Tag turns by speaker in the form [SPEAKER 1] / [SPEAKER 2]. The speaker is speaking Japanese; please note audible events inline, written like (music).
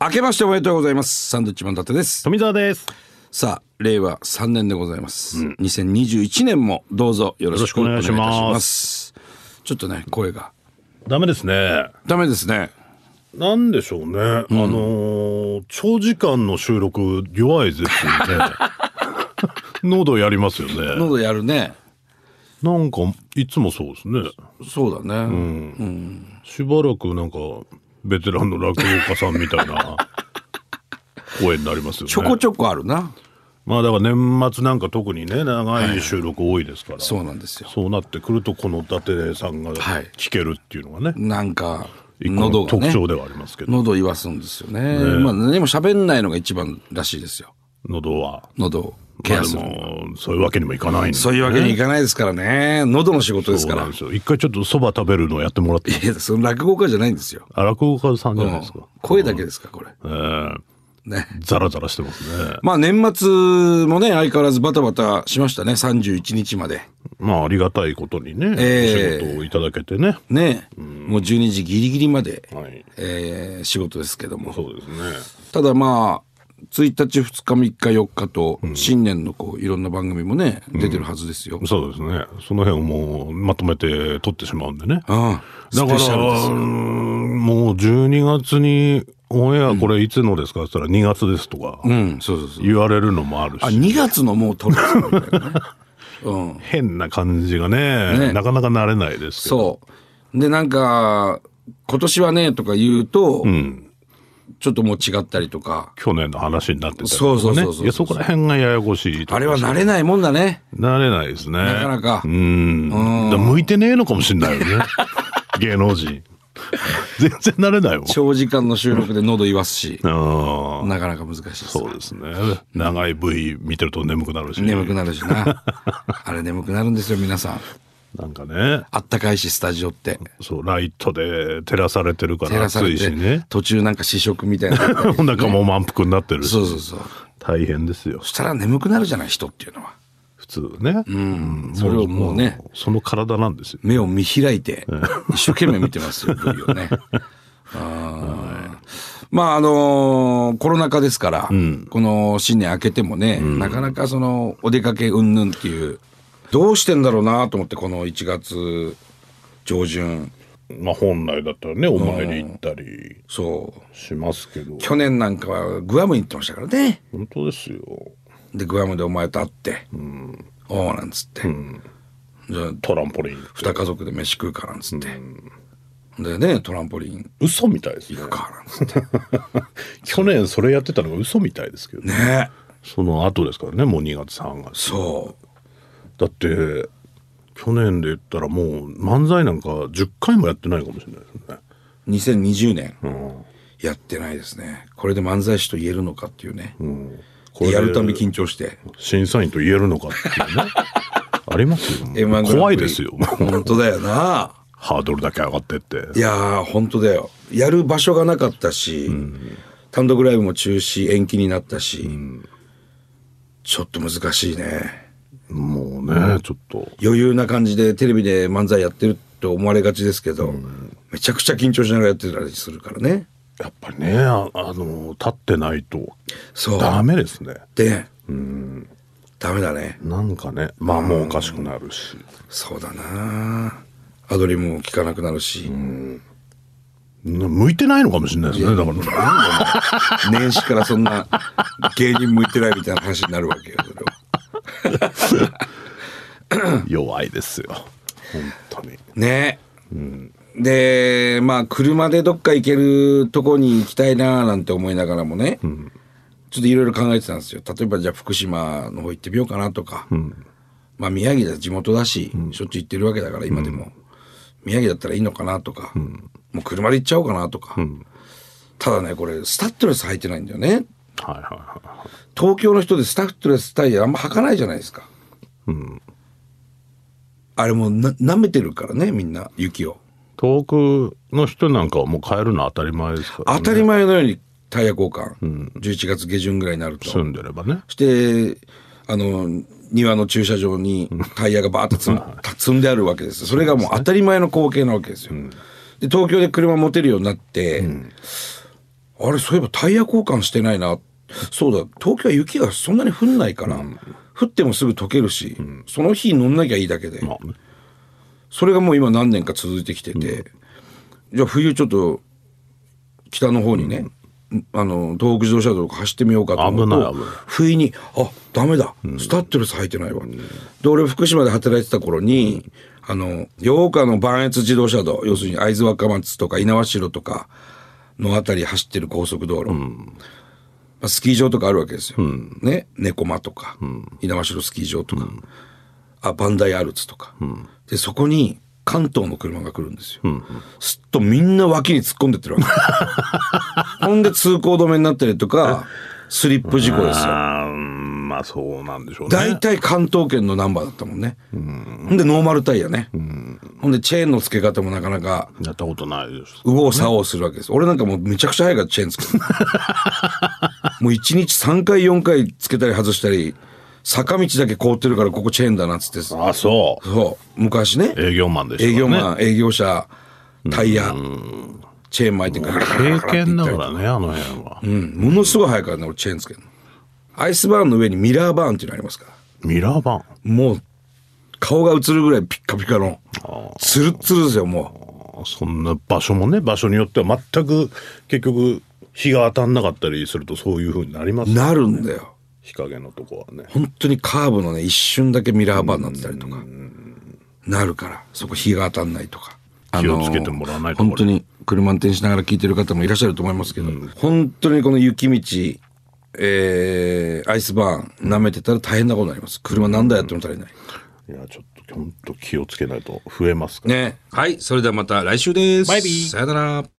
[SPEAKER 1] 明けましておめでとうございます。サンドウィッチマン伊達です。
[SPEAKER 2] 富澤です。
[SPEAKER 1] さあ、令和3年でございます。2021年もどうぞよろしくお願いいたし
[SPEAKER 2] よろしくお願いし
[SPEAKER 1] ま。
[SPEAKER 2] ます
[SPEAKER 1] ちょっとね、声が。
[SPEAKER 2] ダメですね。
[SPEAKER 1] ダメですね。
[SPEAKER 2] なんでしょうね。あのー長時間の収録弱いです (laughs) よね。喉やりますよね。なんか
[SPEAKER 1] 喉やるね。
[SPEAKER 2] いつもそうですね。
[SPEAKER 1] そうだね。
[SPEAKER 2] しばらくなんかベテランの落語家さんみたいな (laughs) 声になりますよね。
[SPEAKER 1] ちょこちょこあるな。
[SPEAKER 2] まあだから年末なんか特にね長い収録多いですから。
[SPEAKER 1] そうなんですよ。
[SPEAKER 2] そうなってくるとこの伊達さんが
[SPEAKER 1] はい
[SPEAKER 2] 聞けるっていうのがね、
[SPEAKER 1] なんか、
[SPEAKER 2] 一個
[SPEAKER 1] 喉
[SPEAKER 2] の
[SPEAKER 1] が
[SPEAKER 2] 特
[SPEAKER 1] ね。
[SPEAKER 2] 徴ではありますけど、
[SPEAKER 1] 喉言わすんですよね。まあ何も喋んないのが一番らしいですよ。
[SPEAKER 2] 喉は
[SPEAKER 1] 喉をケ
[SPEAKER 2] まあ
[SPEAKER 1] ア
[SPEAKER 2] です
[SPEAKER 1] る。
[SPEAKER 2] もそういうわけにもいかないんで
[SPEAKER 1] そういうわけにいかないですからね。喉の仕事です
[SPEAKER 2] そ
[SPEAKER 1] か
[SPEAKER 2] うな
[SPEAKER 1] ら
[SPEAKER 2] ん。ですよ一回ちょっとそば食べるのをやってもらって
[SPEAKER 1] いや、その落語家じゃないんですよ。
[SPEAKER 2] あ落語家さんじゃないですか、
[SPEAKER 1] 声だけですか、これ。
[SPEAKER 2] えー
[SPEAKER 1] ね。
[SPEAKER 2] ザラザラしてますね
[SPEAKER 1] まあ年末もね、相変わらずバタバタしましたね、31日まで。
[SPEAKER 2] まあありがたいことにね、
[SPEAKER 1] ええ
[SPEAKER 2] お仕事をいただけてね
[SPEAKER 1] ね。もう12時ギリギリまで、
[SPEAKER 2] はい
[SPEAKER 1] えー仕事ですけども。
[SPEAKER 2] そうですね
[SPEAKER 1] ただまあ、1日、2日、3日、4日と、新年のこう、いろんな番組もね、出てるはずですよ。
[SPEAKER 2] そうですねその辺をもうまとめて撮ってしまうんでね
[SPEAKER 1] ああ、
[SPEAKER 2] だ
[SPEAKER 1] ス
[SPEAKER 2] から
[SPEAKER 1] ペシャルです
[SPEAKER 2] うー
[SPEAKER 1] よ。
[SPEAKER 2] んもう12月にオンエアこれいつのですかって言ったら2月ですとか
[SPEAKER 1] うん、そうそうそう。
[SPEAKER 2] 言われるのもあるし、
[SPEAKER 1] あ、2月のもう撮るんですよみ
[SPEAKER 2] (laughs)
[SPEAKER 1] たいなねうん。
[SPEAKER 2] 変な感じがね
[SPEAKER 1] ね
[SPEAKER 2] なかなか慣れないですけ
[SPEAKER 1] そ
[SPEAKER 2] ど
[SPEAKER 1] う。で、なんか、今年はね、とか言うと、ちょっともう違ったりとか、
[SPEAKER 2] 去年の話になってたりとかね
[SPEAKER 1] そうそうそうそう
[SPEAKER 2] いやそこら辺がややこしいと
[SPEAKER 1] あ
[SPEAKER 2] こ
[SPEAKER 1] れ
[SPEAKER 2] です
[SPEAKER 1] は慣れないもんだね。
[SPEAKER 2] 慣れないですね
[SPEAKER 1] なかなか
[SPEAKER 2] うんだから向いてねえのかもしれない
[SPEAKER 1] (laughs)
[SPEAKER 2] よね芸能人全然慣れないもん
[SPEAKER 1] 長時間の収録で喉言わすし、
[SPEAKER 2] あー
[SPEAKER 1] なかなか難しいです。
[SPEAKER 2] そうですね長い V 見てると眠くなるし、
[SPEAKER 1] 眠くなるし
[SPEAKER 2] (laughs)
[SPEAKER 1] な。あれ眠くなるんですよ、皆さん。
[SPEAKER 2] なんかね
[SPEAKER 1] あったかいし、スタジオって。
[SPEAKER 2] そうライトで照らされてるか
[SPEAKER 1] 照
[SPEAKER 2] ら
[SPEAKER 1] らさ
[SPEAKER 2] 暑
[SPEAKER 1] れ、
[SPEAKER 2] いして
[SPEAKER 1] (laughs)
[SPEAKER 2] ね
[SPEAKER 1] 途中なんか試食みたいな。
[SPEAKER 2] (laughs) お腹も満腹になってるし
[SPEAKER 1] そうそうそう。
[SPEAKER 2] 大変ですよ
[SPEAKER 1] そしたら眠くなるじゃない、人っていうのは。
[SPEAKER 2] 普通ね、うん
[SPEAKER 1] それをもうね
[SPEAKER 2] もうその体なんですよ
[SPEAKER 1] 目を見開いて、一生懸命見てます (laughs) よ、V をね。あーまああのーコロナ禍ですから、この新年明けてもね、なかなかそのお出かけ云々っていうどうしてんだろうなと思ってこの1月上旬
[SPEAKER 2] まあ本来だったらねお参り行ったり
[SPEAKER 1] そう
[SPEAKER 2] しますけど、
[SPEAKER 1] 去年なんかはグアムに行ってましたからね
[SPEAKER 2] 本当ですよ
[SPEAKER 1] でグアムでお前と会って、おおなんつって、じゃあ
[SPEAKER 2] トランポリンって
[SPEAKER 1] 2家族で飯食うかなんつって、でねトランポリン
[SPEAKER 2] 嘘みたいですね
[SPEAKER 1] 行くかなん (laughs) つって
[SPEAKER 2] 去年それやってたのが嘘みたいですけどね
[SPEAKER 1] ね
[SPEAKER 2] その後ですからねもう2月3月
[SPEAKER 1] そう
[SPEAKER 2] だって去年で言ったらもう漫才なんか10回もやってないかもしれないですね
[SPEAKER 1] 2020年、やってないですねこれで漫才師と言えるのかっていうね、
[SPEAKER 2] これで
[SPEAKER 1] やるたび緊張して
[SPEAKER 2] 審査員と言えるのかっていうね
[SPEAKER 1] (laughs)
[SPEAKER 2] ありますよ
[SPEAKER 1] M1 グランプリ
[SPEAKER 2] 怖いですよ (laughs)
[SPEAKER 1] 本当だよな
[SPEAKER 2] ハードルだけ上がってって
[SPEAKER 1] いやー本当だよやる場所がなかったし、単独ライブも中止延期になったし、ちょっと難しいね
[SPEAKER 2] もうねちょっと
[SPEAKER 1] 余裕な感じでテレビで漫才やってると思われがちですけど、めちゃくちゃ緊張しながらやってたりするからね
[SPEAKER 2] やっぱりねああの立ってないと
[SPEAKER 1] そう
[SPEAKER 2] ダメですね
[SPEAKER 1] で、ダメだね
[SPEAKER 2] なんかねまあもうおかしくなるし
[SPEAKER 1] そうだなアドリブも聞かなくなるし、
[SPEAKER 2] な向いてないのかもしれないですねだから
[SPEAKER 1] 年始からそん (laughs) な芸人向いてないみたいな話になるわけよそれは
[SPEAKER 2] 弱いですよ本当に
[SPEAKER 1] ね、でまあ車でどっか行けるとこに行きたいなーなんて思いながらもね、ちょっといろいろ考えてたんですよ例えばじゃあ福島の方行ってみようかなとか、まあ宮城だ地元だし、しょっちゅう行ってるわけだから今でも、宮城だったらいいのかなとか、もう車で行っちゃおうかなとか、ただねこれスタッドレス履いてないんだよね
[SPEAKER 2] はいはいはいはい
[SPEAKER 1] 東京の人でスタッドレスタイヤあんま履かないじゃないですか。あれもうな舐めてるからねみんな雪を。
[SPEAKER 2] 遠くの人なんかはもう帰るの当たり前ですから、ね、
[SPEAKER 1] 当たり前のようにタイヤ交換、11月下旬ぐらいになると。
[SPEAKER 2] 住んでればね
[SPEAKER 1] そしてあの庭の駐車場にタイヤがバーッと積ん積んであるわけですそれがもう当たり前の光景なわけですよ。で東京で車持てるようになって、あれそういえばタイヤ交換してないなそうだ東京は雪がそんなに降んないから、降ってもすぐ溶けるし、その日乗んなきゃいいだけで、
[SPEAKER 2] まあね
[SPEAKER 1] それがもう今何年か続いてきてて、じゃあ冬ちょっと北の方にね、あの東北自動車道とか走ってみようかと思う
[SPEAKER 2] 危ない
[SPEAKER 1] と
[SPEAKER 2] 危ない
[SPEAKER 1] 不意に「あダメだスタッドレス履いてないわ」で俺福島で働いてた頃に、あの八日の磐越自動車道要するに会津若松とか猪苗代とかの辺り走ってる高速道路、まあ、スキー場とかあるわけですよ。ね猫間とか、猪苗代スキー場とか、あバンダイアルツとか、でそこに関東の車が来るんですよ。すっとみんな脇に突っ込んでってるわ (laughs) けほんで通行止めになったりとかスリップ事故ですよ。
[SPEAKER 2] あーうんまあそうなんでしょうね
[SPEAKER 1] 大体関東圏のナンバーだったもんね。ほんでノーマルタイヤね。ほんでチェーンの付け方もなかなか
[SPEAKER 2] やったことないです
[SPEAKER 1] 右往左往するわけです。俺なんかもうめちゃくちゃ早いからチェーンつけ (laughs) る。もう1日3回4回つけたり外したり、坂道だけ凍ってるからここチェーンだなっつってさ。
[SPEAKER 2] あそ
[SPEAKER 1] そう、昔ね
[SPEAKER 2] う。営業マンでし
[SPEAKER 1] 営
[SPEAKER 2] たからね
[SPEAKER 1] 業マン、営業者、タイヤ、チェーン巻いてガラガラガラ
[SPEAKER 2] 経
[SPEAKER 1] ガラ
[SPEAKER 2] 験だ
[SPEAKER 1] って
[SPEAKER 2] か
[SPEAKER 1] いったり
[SPEAKER 2] らねあの辺は、
[SPEAKER 1] うん、ものすごい早いからね、俺チェーンつけるの。アイスバーンの上にミラーバーンっていうのありますから。
[SPEAKER 2] ミラーバン
[SPEAKER 1] もう、顔が映るぐらいピッカピカの。ツルッツルですよ、も
[SPEAKER 2] あそんな場所もね場所によっては全く結局日が当たんなかったりするとそういう風になりま
[SPEAKER 1] う。
[SPEAKER 2] す
[SPEAKER 1] なるんだよ。
[SPEAKER 2] 日陰のとこはね
[SPEAKER 1] 本当にカーブのね、一瞬だけミラーバーンになってたりとか。なるから、そこ日が当たんないとか。あのー
[SPEAKER 2] 気をつけてもらわないと
[SPEAKER 1] 本当に車運転しながら聞いてる方もいらっしゃると思いますけど、本当にこの雪道、えー、アイスバーン舐めてたら大変なことになります。車何台やっても足りない。
[SPEAKER 2] いやちょっと本当気をつけないと増えますから
[SPEAKER 1] ね。はい。それではまた来週です。
[SPEAKER 2] バイビー
[SPEAKER 1] さよなら。